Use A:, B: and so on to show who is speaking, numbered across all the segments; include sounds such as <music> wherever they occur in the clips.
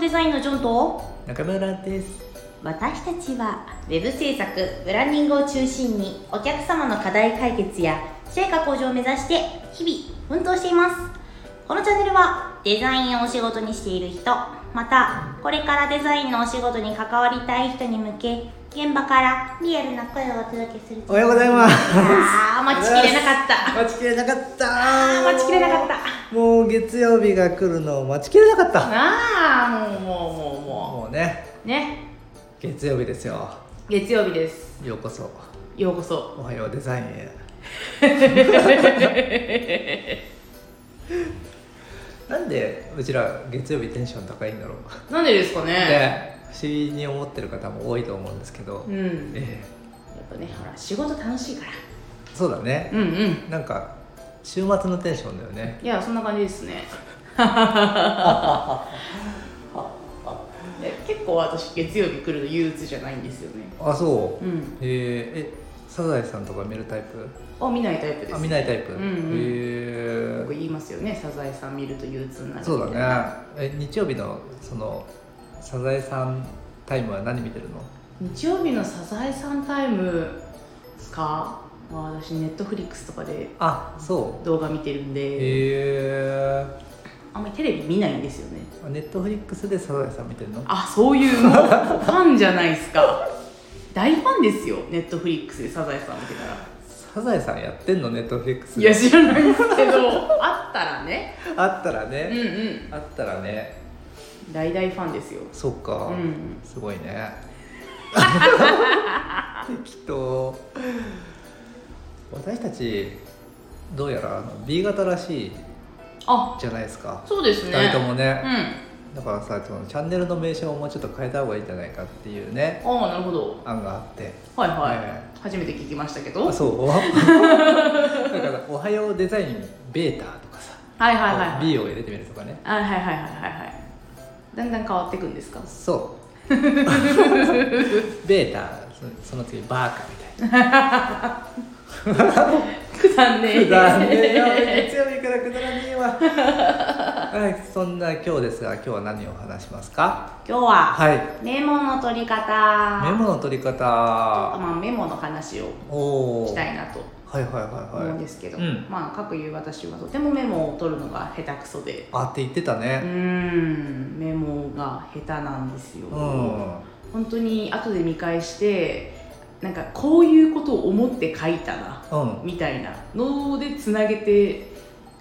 A: デザインのジョンと
B: 中村です
A: 私たちはウェブ制作ブランディングを中心にお客様の課題解決や成果向上を目指して日々奮闘していますこのチャンネルはデザインをお仕事にしている人またこれからデザインのお仕事に関わりたい人に向け現場からリアルな声をお届けする
B: おはようございます
A: あー待ちきれなかった
B: 待ちきれなかった
A: あー待ちきれなかった
B: もう月曜日が来るのを待ちきれなかった
A: ああもうもうもうも
B: もうね
A: うね
B: 月曜日ですよ
A: 月曜日です
B: ようこそ
A: ようこ
B: <laughs>
A: そ
B: おはようデザインへなんでうちら月曜日テンション高いんだろう
A: なんでですかね
B: ね不思議に思ってる方も多いと思うんですけど、
A: うんやっ
B: え
A: ぱねほら仕事楽しいから
B: えそうだね、
A: うんうん
B: なんか週末のテンションだよね
A: いやそんな感じです <laughs> ねで結構私月曜日来るの憂鬱じゃないんですよね
B: あそう、
A: うん
B: へええサザエさんとか見るタイプ
A: あ見ないタイプです
B: あ見ないタイプ、
A: うん
B: へ
A: よく言いますよねサザエさん見ると憂鬱にな
B: え
A: る
B: そうだねえ日曜日のそのサザエさんタイムは何見てるの
A: 日曜日のサザエさんタイムですかまあ私ネットフリックスとかで
B: あそう
A: 動画見てるんで、
B: へ
A: あんまりテレビ見ないんですよね
B: えネットフリックスでサザエさん見てるの
A: あそういうもうファンじゃないですか <laughs> 大ファンですよネットフリックスでサザエさん見てたら
B: サザエさんやってんのネットフリックス
A: いや知らないんですけ
B: <laughs>
A: どあったらね
B: あったら
A: うんう
B: ね、
A: ん
B: あったらね
A: 大大ファンですよ
B: そっか、
A: うん
B: すごい
A: <laughs>
B: ね適当私たちどうやらあの B 型らしい
A: あ
B: じゃないですか
A: そうですね
B: 2人とも
A: うん
B: ね、
A: あ
B: だからさそのチャンネルの名称をもうちょっと変えた方がいいんじゃないかっていうね
A: あなるほど
B: 案があって
A: はいはい、
B: ね
A: 初めて聞きましたけど
B: あ
A: はい
B: そう
A: <laughs>
B: だから「おはようデザインベータ」とかさ、
A: はいはいはいはい
B: B を入れてみるとかね
A: はいはいはいはいだんだん変わっていくんです
B: <laughs>
A: か
B: そう
A: <laughs>
B: ベータそその次バーカみたいな
A: くだんねえ
B: くだんねえよ月曜日からくだらね
A: <laughs>
B: えわはいそんな今日ですが今日は何を話しますか
A: 今日は
B: はい
A: メモの取り方
B: メモの取り方
A: まあ、メモの話を
B: おお
A: し
B: は
A: た
B: い
A: いなと
B: はいはい
A: 思うん
B: は
A: で
B: い
A: すけど、
B: うん
A: まあ各言う私はとてもメモを取るのが下手くそで
B: あって言ってた
A: うー
B: ね
A: んメモが下手なんですよ、
B: うん
A: 本当に後で見返してなんかこういうことを思って書いたな
B: うん
A: みたいなのでつなげて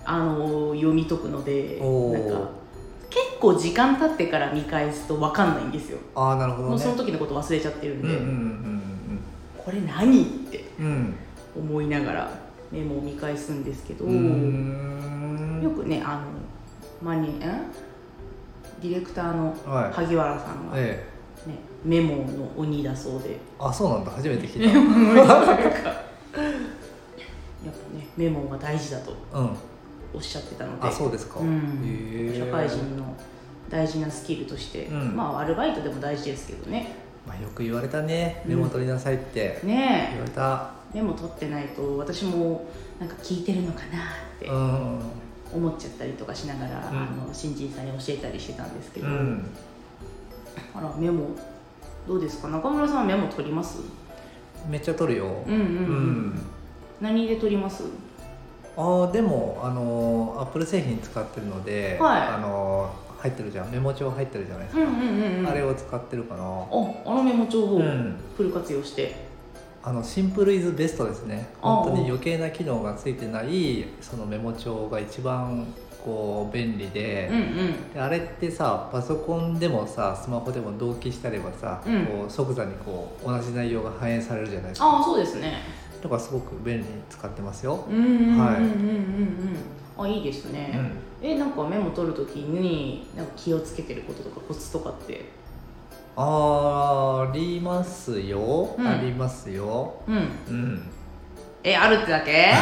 A: あの読み解くので
B: おー
A: なんか結構時間経ってから見返すと分かんないんですよ
B: ああなるほ
A: も
B: ど
A: うその
B: ね
A: 時のこと忘れちゃってるん
B: うん
A: で、
B: うん
A: これ何って
B: うんうん
A: 思いながらメモを見返すんですけど、
B: うんうん
A: よくねあのマニんディレクターの
B: はい
A: 萩原さんが、ね
B: ええ
A: メモの鬼だそうで
B: あそうなんだ初めて聞い
A: メモの鬼というかやっぱねメモが大事だと <laughs>
B: たうん
A: おっしゃってたので
B: あそうですか
A: うん
B: へえ
A: 社会人の大事なスキルとして、
B: うん
A: まあアルバイトでも大事ですけどね
B: まあよく言われたね
A: うん
B: メモ取りなさいって言
A: ね
B: われた
A: えメモ取ってないと私もなんか聞いてるのかなって
B: うん
A: 思っちゃったりとかしながら、
B: うん
A: あの新人さんに教えたりしてたんですけ
B: う
A: ど、
B: ん
A: あらメモどうですか中村さんメモ取ります
B: めっちゃ取るよ
A: うんうんう、
B: うん
A: 何で取ります
B: ああでもあのーアップル製品使ってるので、
A: はい
B: あのー入ってるじゃんメモ帳入ってるじゃないです
A: う
B: か、
A: んうんうんうん
B: あれを使ってるかな
A: ああのメモ帳を
B: うん
A: フル活用して、
B: あのシンプルイズベストですね
A: あー
B: 本当に余計な機能がついてないそのメモ帳が一番こう便利で,
A: う
B: で、
A: んうん
B: あれってさパソコンでもさスマホでも同期したればさ、
A: うん
B: こう即座にこう同じ内容が反映されるじゃないです
A: ああ
B: か
A: そうですね
B: だからすごく便利に使ってますよ、
A: うんうんうんうんうんうん、
B: はい
A: あいいですね、
B: うん
A: えなんかメモ取るときになんか気をつけてることとかコツとかって
B: ありますよ、
A: うん
B: ありますよ
A: うん
B: うん
A: えあるってだ
B: <laughs>
A: け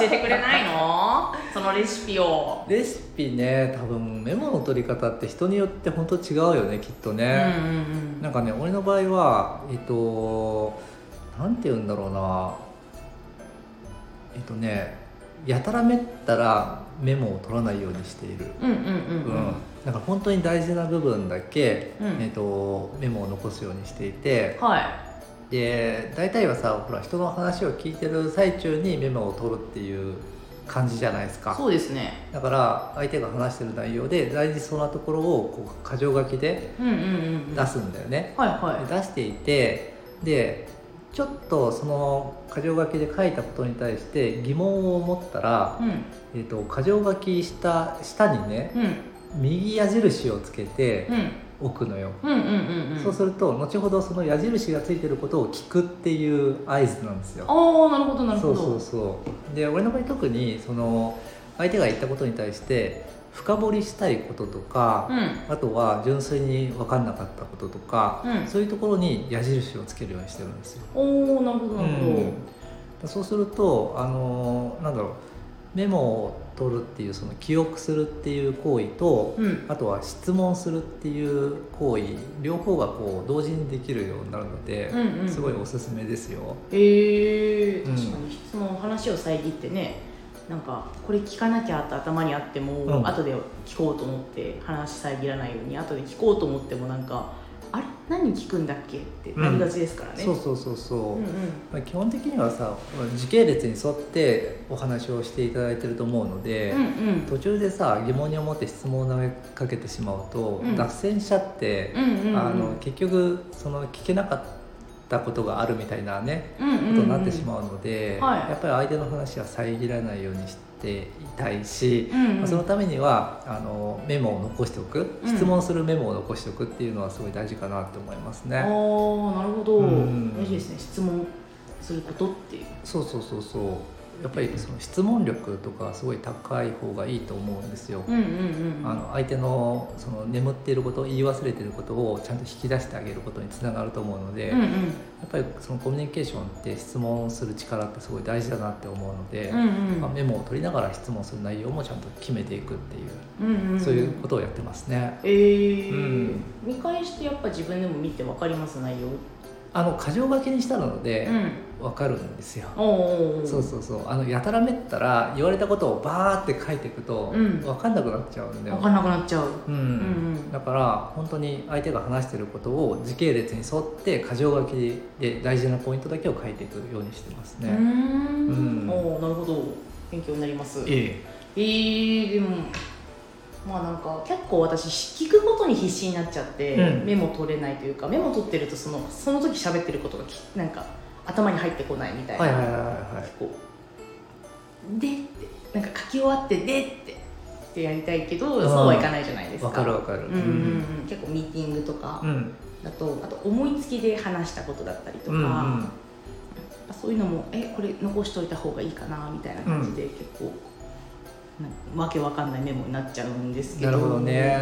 A: 教えてくれないのそのレシピを
B: レシピね多分メモの取り方って人によって本当違うよねきっと
A: うんうん
B: ね、
A: うん
B: なんかね俺の場合はえっとなんて言うんだろうなえっとねやたらめったらメモを取らないようにしている、
A: うんうんうん
B: う
A: うんん
B: だから本当に大事な部分だけ、
A: うん
B: えー、とメモを残すようにしていて
A: はい
B: で大体はさほら人の話を聞いてる最中にメモを取るっていう感じじゃないですか
A: そうですね
B: だから相手が話してる内容で大事そうなところをこう箇条書きで
A: うんうんうんうん
B: 出
A: はい
B: すんだよね、
A: は
B: 出していてでちょっとその箇条書きで書いたことに対して疑問を持ったら
A: い、うん
B: えー、と箇条書きした下にね
A: うん
B: 右矢印をつけて
A: うん
B: おくのよ、
A: うんうんうんうん
B: そうすると後ほどその矢印がついてることを聞くっていう合図なんですよ
A: ああなるほどなるほ
B: そう
A: ど
B: そうそうで俺の場合特にその相手が言ったことに対して深掘りしたいこととか、
A: うん
B: あとは純粋に分かんなかったこととか、
A: うん
B: そういうところに矢印をつけるようにしてるんですよ。
A: おおなるほどなるほど、
B: うん、そうするとあのーなんだろうメモを取るっていうその記憶するっていう行為と、
A: うん
B: あとは質問するっていう行為両方がこう同時にできるようになるので、
A: うんうん
B: すごいおすすめですよ。
A: へえ
B: うん
A: 確かに質問話を遮ってねなんかこれ聞かなきゃって頭にあっても、
B: うん
A: 後で聞こうと思って話遮らないように後で聞こうと思ってもなんかあれ何聞くんだっけってなりがちですからね、
B: そうそうそうそう、
A: うんうん
B: まあ基本的にはさ時系列に沿ってお話をしていただいてると思うので、
A: うんうん
B: 途中でさ疑問に思って質問を投げかけてしまうと、
A: うん
B: 脱線しちゃって
A: う、んうんうん
B: あの結局その聞けなかったことがあるみたいなね、
A: うんうん
B: ことになってしまうので、
A: はい
B: やっぱり相手の話は遮らないようにしていたいし、
A: うんうん
B: まあそのためにはあのメモを残しておく、
A: うん
B: 質問するメモを残しておくっていうのはすごい大事かなって思いますね。
A: あーなるほど、
B: うん
A: 大事ですね質問することっていう
B: そうそうそうそうやっぱりその質問力とかすごい高い方がいいと思うんですよ、
A: うんうんうん
B: あの相手のその眠っていること言い忘れていることをちゃんと引き出してあげることにつながると思うので、
A: うん
B: やっぱりそのコミュニケーションって質問する力ってすごい大事だなって思うので、
A: うんうん
B: まあメモを取りながら質問する内容もちゃんと決めていくっていう、
A: うんうんうん
B: そういうことをやってますね
A: えー
B: うん
A: 見返してやっぱ自分でも見て分かります内容
B: あの箇条書きにしたので
A: うん
B: わかるんですよ、
A: おうおうおう
B: そうそうそうあのやたらめったら言われたことをバーって書いていくと、
A: うん
B: 分かんなくなっちゃうんだよ
A: 分かんなくなっちゃう
B: うん
A: ん
B: だから本当に相手が話してることを時系列に沿って箇条書きで大事なポイントだけを書いていくようにしてます
A: うー
B: ね。
A: ん
B: うん
A: おおなるほど勉強になりますえ
B: え
A: ー、でもまあなんか結構私聞くことに必死になっちゃって、
B: うん
A: メモ取れないというかメモ取ってるとそのその時喋ってることがきなんか頭に入ってこないみた
B: え
A: いな、
B: はいはいはいはい
A: こうでってなんか書き終わってでってってやりたいけど、
B: ん
A: そうはいかないじゃないで
B: はい。
A: すか
B: わかるわかる。
A: うんうんうん、結構ミーティングとか
B: うん。うん
A: だと、あと思いつきで話したことだったりとか、
B: うん
A: やっぱそういうのもえこれ残しといた方がいいかなみたいな感じで結構、なんかわけわかんないメモになっちゃうんですけど
B: なるほどね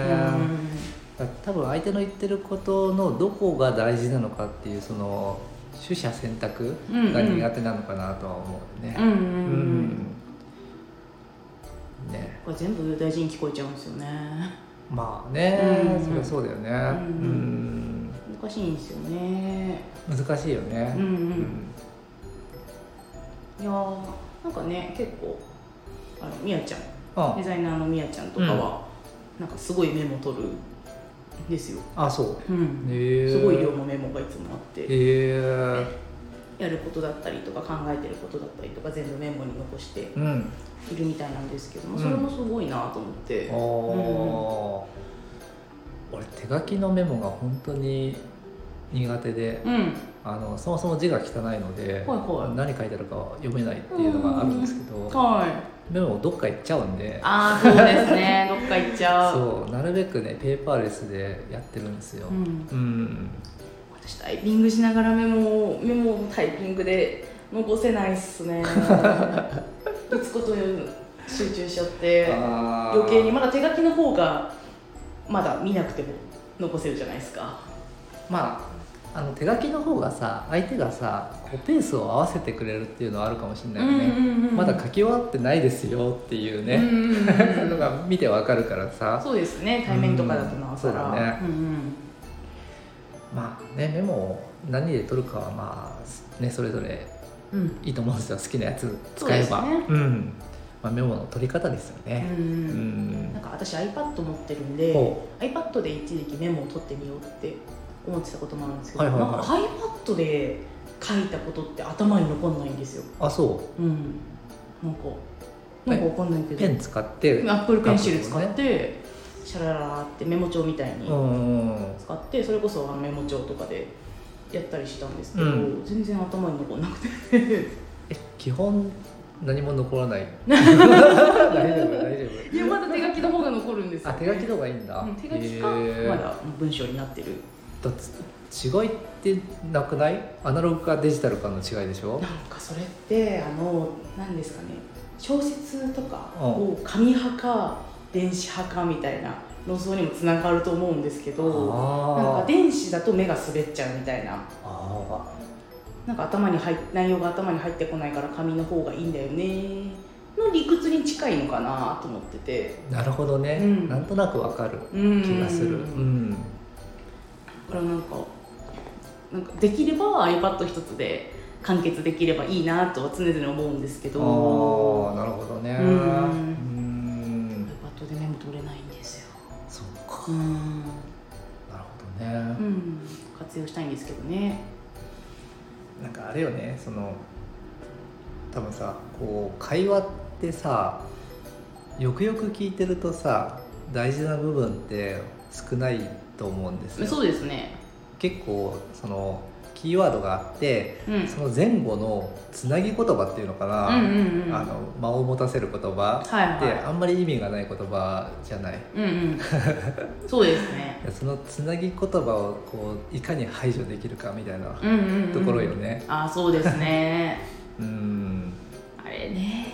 A: うん
B: だから多分相手の言ってることのどこが大事なのかっていうその取捨選択が苦手なのかなとは思うね。
A: うんうん
B: う
A: うんうん
B: んね。
A: これ全部大事に聞こえちゃうんですよね
B: まあね、
A: うん
B: そりゃそうだよね。
A: ん難しいんですよね
B: うん難しいよね。
A: うんうん
B: うん
A: いやーなんかね結構あのみやちゃん
B: あ
A: デザイナーのみやちゃんとかは、なんかすごいメモ取るんですよ、
B: あそ
A: う
B: う
A: ん
B: へえ
A: すごい量のメモがいつもあって
B: へえ
A: やることだったりとか考えてることだったりとか全部メモに残して
B: うん
A: いるみたいなんですけども
B: うん
A: それもすごいなと思って、
B: ああ、俺手書きのメモが本当に苦手で、
A: うんうん
B: あのそもそも字が汚いので、
A: はいはい
B: 何書いてあるかは読めないっていうのがあるんですけど、
A: はい
B: メモどっか行っちゃうんで
A: ああそうですねどっか行っちゃう
B: そうなるべくねペーパーレスでやってるんですよ、
A: うん、
B: うん
A: 私タイピングしながらメモをメモをタイピングで残せないっすね打つことに集中しちゃって
B: あー
A: 余計にまだ手書きの方がまだ見なくても残せるじゃないですか
B: まああの手書きの方がさ相手がさこうペースを合わせてくれるっていうのはあるかもしれないよね、
A: うんうんうん
B: まだ書き終わってないですよっていう
A: うん
B: ね、
A: うん
B: <laughs>
A: うん
B: のが見てわかるからさ
A: そうですね対面とかだとなおさら
B: うんそうだね
A: うんうん
B: まあねメモを何で取るかはまあねそれぞれ
A: うん
B: いいと思うんですよ好きなやつ使えば
A: そうですね
B: うんまあ、メモの取り方ですよ
A: う
B: ね。うんん
A: なんか私 iPad 持ってるんで
B: ほ
A: iPad で一時期メモを取ってみようって思ってたこともあるんですけど、
B: はいはいはい
A: なんか iPad で書いたことって頭に残んないんですよ、
B: あそ
A: うん、なんかなんかわかんないけ
B: う
A: ど
B: ペン使って
A: アップルペンシル使って、シャラララってメモ帳みたいに
B: うん
A: 使って、それこそあのメモ帳とかでやったりしたんですけど、
B: うん
A: 全然頭に残んなくて
B: え基本何も残らない
A: <laughs>
B: 大丈夫大丈
A: いやまだ手書きの方が残るんです
B: 夫
A: よ
B: あ手書きの方がいいんだ、
A: うん手書きか、
B: へえ
A: まだ文章になってる
B: だって違いってなくないアナログかデジタルかの違いでしょ
A: なんかそれってあの何ですかね小説とか
B: うん
A: を紙派か電子派かみたいな論争にもつながると思うんですけどなんか
B: あー
A: 電子だと目が滑っちゃうみたいな
B: あ
A: なんか頭に入っ内容が頭に入ってこないから紙の方がいいんだよねの理屈に近いのかなと思ってて
B: ーなるほどね、
A: うん
B: なんとなくわかる
A: うん
B: 気がする、うん
A: だからなんかなんかできれば iPad 一つで完結できればいいなとは常々思うんですけ
B: ああ
A: ど
B: ーなるほどね
A: う
B: うんん
A: iPad でメモ取れないんですよ
B: そっか
A: うん、
B: なるほどね、
A: 活用したいんですけどね
B: なんかあれよねその多分さこう会話ってさよくよく聞いてるとさ大事な部分って少ないと思うんですよ
A: そうですね
B: 結構そのキーワードがあって
A: うんうん
B: その前後のつなぎ言葉っていうのかな、
A: うんうん
B: あの間を持たせる言葉
A: はい
B: って
A: は
B: あんまり意味がない言葉じゃない
A: いうんうんそうですね
B: そのつなぎ言葉をこういかに排除できるかみたいな
A: うんうん、うん、
B: ところよね
A: あそうですね <laughs>
B: うん
A: あれね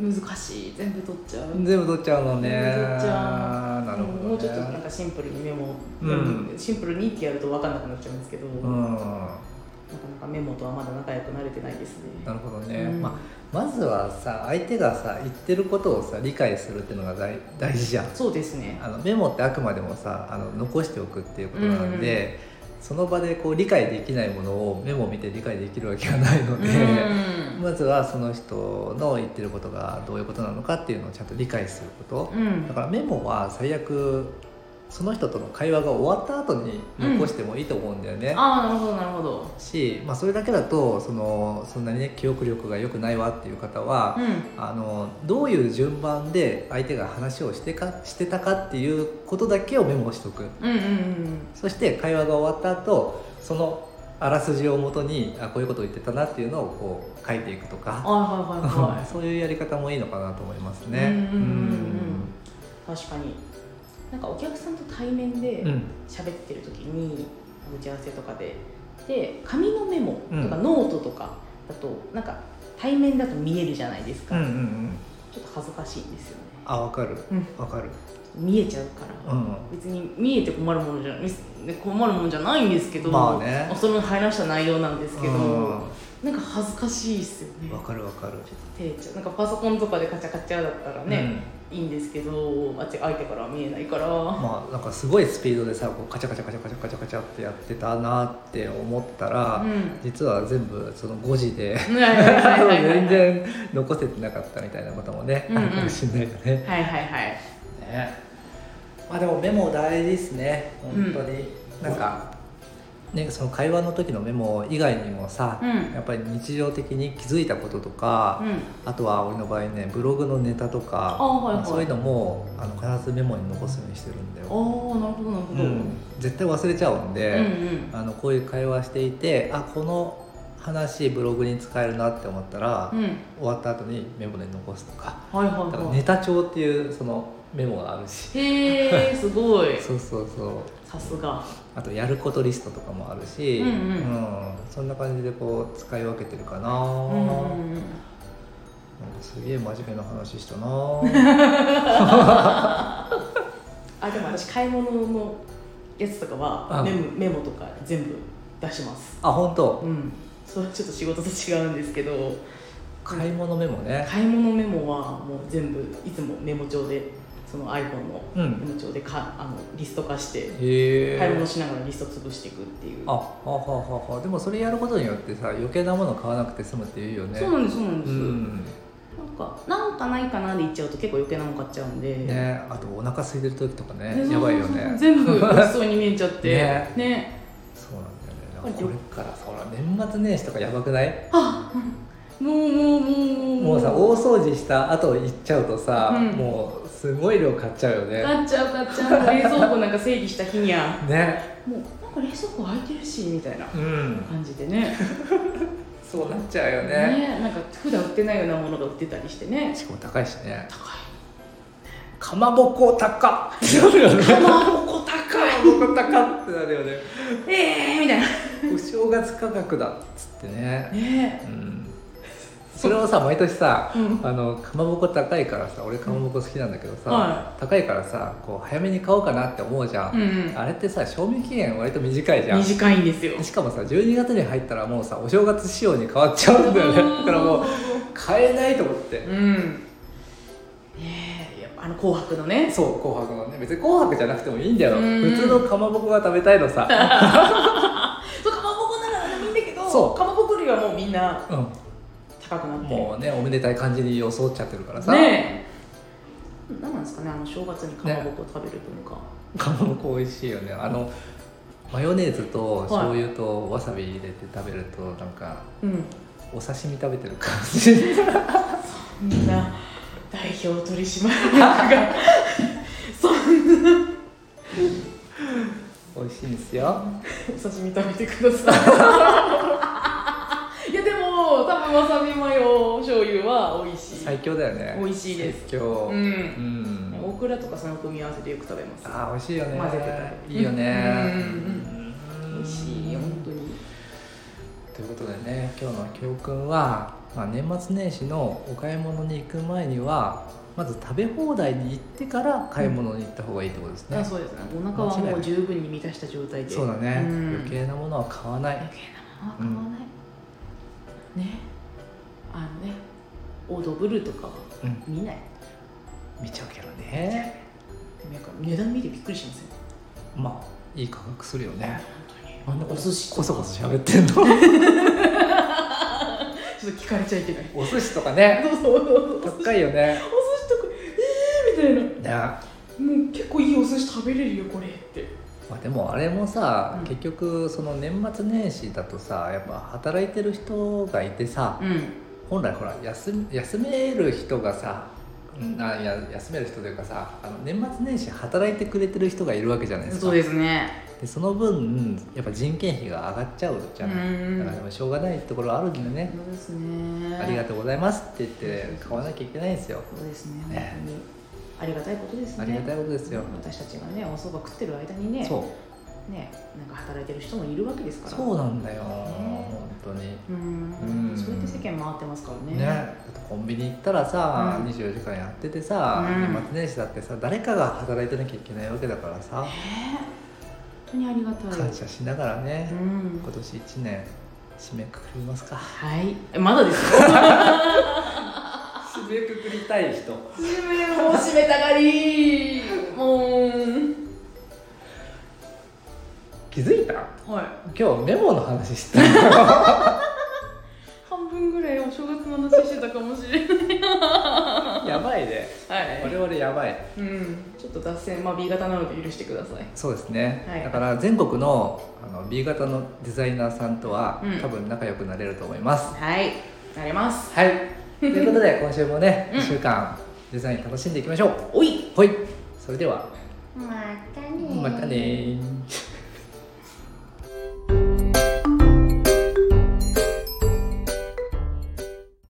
A: 難しい全部取っちゃう
B: 全部取っちゃうのね
A: 全部取っちゃ
B: なるほど、ね、
A: もうちょっとなんかシンプルにメモ、
B: うん
A: シンプルにってやると分かんなくなっちゃうんですけど、
B: う
A: なか
B: ん
A: なかメモとはまだ仲良くなれてないですね
B: なるほどね、
A: うん
B: まあ、まずはさ相手がさ言ってることをさ理解するっていうのが大大事じゃん
A: そうです
B: <laughs>
A: ね
B: あのメモってあくまでもさあの残しておくっていうことなんで、その場でこう理解できないものをメモを見て理解できるわけがないので、
A: うん
B: まずはその人の言ってることがどういうことなのかっていうのをちゃんと理解すること、
A: うん
B: だからメモは最悪その人との会話が終わった後に残してもいいと思うんだよね。
A: ああなるほどなるほど
B: し、まあ、それだけだとそのそんなにね記憶力が良くないわっていう方は、
A: う
B: あのどういう順番で相手が話をしてかしてたかっていうことだけをメモしとく
A: んうんうん
B: そして会話が終わった後そのあらすじをもとにあこういうこと言ってたなっていうのをこう書いていくと
A: あ
B: か、
A: はいはいはいは
B: そういうやり方もいいのかなと思います
A: うん
B: ね。
A: うんい確かになんかお客さんと対面で
B: うんうん
A: 喋ってる時に打ち合わせとかでで紙のメモとか
B: う
A: ノートとかだと、なんか対面だと見えるじゃないです
B: う
A: か、
B: んうん
A: ちょっと恥ずかしいんですよね
B: あわかる
A: うん
B: わかる。
A: 見えちゃうから、
B: うん
A: 別に見えて困るものじゃ見すね困るもんじゃないんですけど、
B: まあね
A: その話した内容なんですけど、
B: うん
A: なんか恥ずかしいですよね
B: わかるわかる。
A: 手ちゃなんかパソコンとかでカチャカチャだったらね、いいんですけどあっち相手からは見えないから、
B: うんまあなんかすごいスピードでさこうカチャカチャカチャカチャカチャカチャってやってたなって思ったら、
A: うん
B: 実は全部その5時で
A: はいはいはいはい
B: <laughs> 全然残せてなかったみたいなこともね、
A: うんうん
B: あるかもしれないよね。
A: はいはいはい
B: ねまあでもメモ大事ですね
A: うん
B: 本当に、なんか、ね、その会話の時のメモ以外にもさ、
A: うん
B: やっぱり日常的に気づいたこととか、
A: うん
B: あとは俺の場合ねブログのネタとか
A: あはいはい
B: まあそういうのもあの必ずメモに残すようにしてるんだ
A: ああな
B: よ、
A: るほどなるほ
B: う
A: ど、
B: ん、絶対忘れちゃうんで、
A: うん
B: あのこういう会話していてあこの話ブログに使えるなって思ったら、
A: うんうん
B: 終わった後にメモで残すとか
A: はいはい
B: だから
A: はい、
B: ネタ帳っていうそのメモがあるし
A: へえすごい
B: <laughs> そうそうそう
A: さすが
B: あとやることリストとかもあるし、
A: うんうん
B: うんそんな感じでこう使い分けてるかな、
A: うんう
B: なんんか
A: うん
B: すげえ真面目な話した
A: <laughs>
B: な
A: あでも私買い物のやつとかは
B: あ
A: メモメモとか全部出します
B: あ本当
A: うんそれはちょっと仕事と違うんですけど
B: 買い物メモね
A: 買い物メモはもう全部いつもメモ帳でその iPhone の
B: う
A: メ
B: ん
A: モ帳でかあのリスト化して
B: へ
A: 買い物
B: え
A: しながらリスト潰していくっていう
B: あははははでもそれやることによってさ余計なもの買わなくて済むっていうよね
A: そうなんですそうなんです、
B: うん
A: なんかなんかないかなで言っちゃうと結構余計なもん買っちゃうんで、
B: ねあとお腹空いてる時とか
A: そうそう
B: ね
A: そう
B: やばいよね
A: 全部美味しそうに見えちゃって
B: ね
A: ね
B: そうなんだよねだからこれからさほら年末年始とかやばくない
A: あもうもうもう
B: もうさ大掃除した後行っちゃうとさ、
A: うん
B: もうすごい量買っちゃうよね
A: 買っちゃう買っちゃう冷蔵庫なんか整理した日には
B: ね
A: もうなんか冷蔵庫開いてるしみたいな
B: うん
A: 感じでね
B: そうなっちゃうよね
A: ねなんか普段売ってないようなものが売ってたりしてね
B: しかも高いしね
A: 高
B: かまぼこ高っってなるよね
A: いかまぼこ高い
B: ぼこ高ってなるよね
A: ええー、みたいな
B: お正月価格だっつってね
A: ね
B: うんそれをさ毎年さ
A: うん
B: あのかまぼこ高いからさ俺かまぼこ好きなんだけどさ、
A: は
B: 高いからさこう早めに買おうかなって思うじゃん、
A: うん
B: あれってさ賞味期限割と短いじゃん
A: 短いんですよ
B: しかもさ12月に入ったらもうさお正月仕様に変わっちゃうんだよねだからもう買えないと思って、
A: うんねえやっぱあの「紅白」のね
B: そう紅白のね別に紅白じゃなくてもいいんだよ
A: うん
B: 普通のかまぼこが食べたいのさ、
A: <laughs> そうかまぼこならでもいいんだけど
B: そう
A: かまぼこ類はもうみんな
B: う
A: 高くなって
B: ん、もうねおめでたい感じに装っちゃってるからさ、
A: ねえ何なんですかねあの正月にかまぼこを食べる文化、
B: かまぼこ美味しいよねあのマヨネーズと醤油とわさび入れて食べるとなんか
A: うん
B: お刺身食べてる感
A: <laughs>
B: じ
A: みんな代表取締役が
B: <laughs>
A: そんな
B: 美味しいんですよ
A: お刺身食べてくださ
B: <laughs>
A: いいやでも多分わさびマヨ醤油は美味しい、
B: 最強だよね
A: 美味しいです
B: 最強
A: う
B: うんん
A: オクラとかその組み合わせでよく食べます
B: あー美味しいよね
A: 混ぜて食べる
B: いいよね
A: うん
B: うん
A: 美味しいよ本当に
B: ということでね今日の教訓は、まあ、年末年始のお買い物に行く前にはまず食べ放題に行ってから買い物に行った方がいいってことですね、
A: あそうですねお腹はもう十分に満たした状態で
B: そうだね、
A: ん
B: 余計なものは買わない
A: 余計なものは買わない、ねあのねオードブルーとかは
B: うん
A: 見ない、
B: 見ちゃうけどね
A: でもなんか値段見てびっくりしません
B: まあいい価格するよね
A: 本当に
B: あんな
A: お寿司
B: こそこそ喋って
A: <laughs>
B: んの
A: ちょっと聞かれちゃいけない
B: お寿司とかね
A: どうぞお寿司とか
B: 高いよね
A: えーみたいな
B: ね
A: もう結構いいお寿司食べれるよこれって
B: まあ、でもあれもさ、
A: うん
B: 結局その年末年始だとさやっぱ働いてる人がいてさ、
A: うん
B: 本来ほら休み休める人がさうんあいや休める人というかさあの年末年始働いてくれてる人がいるわけじゃないですか
A: そうですね
B: でその分やっぱ人件費が上がっちゃうじゃない
A: うん
B: だからでもしょうがないところはあるんだよね、
A: そうですね
B: ありがとうございますって言って買わなきゃいけないんですよ
A: そうですね
B: ね
A: 本当にありがたいことですね
B: ありがたいことですよ、
A: 私たちがねおそば食ってる間にね
B: そう
A: ねなんか働いてる人もいるわけですから
B: そうなんだよ、
A: ね
B: 本当に
A: う
B: うんん
A: そうやって世間回ってますからね
B: ね、だってコンビニ行ったらさ、
A: うん
B: 24時間やっててさ、
A: うん
B: 年末年始だってさ誰かが働いてなきゃいけないわけだからさ
A: ね、本当にありがたい
B: 感謝しながらね、
A: うん
B: 今年1年締めくくりますか
A: はいえまだです <laughs> よ
B: 締めくくりたい人
A: 自分もう締めたがりもう
B: 気づいた
A: はい
B: 今日メモの話したよ
A: 半分ぐらいお正月の話してたかもしれない
B: <laughs> やばいね
A: は
B: 我々やばい
A: い、うん、ちょっと脱線まあ B 型なので許してください
B: そうですね、
A: はい
B: だから全国のあの B 型のデザイナーさんとは、
A: うん
B: 多分仲良くなれると思います
A: はいなります
B: はいということで今週もね
A: うん
B: 1週間デザイン楽しんでいきましょう
A: おい
B: ほいそれでは
C: またね
B: またねー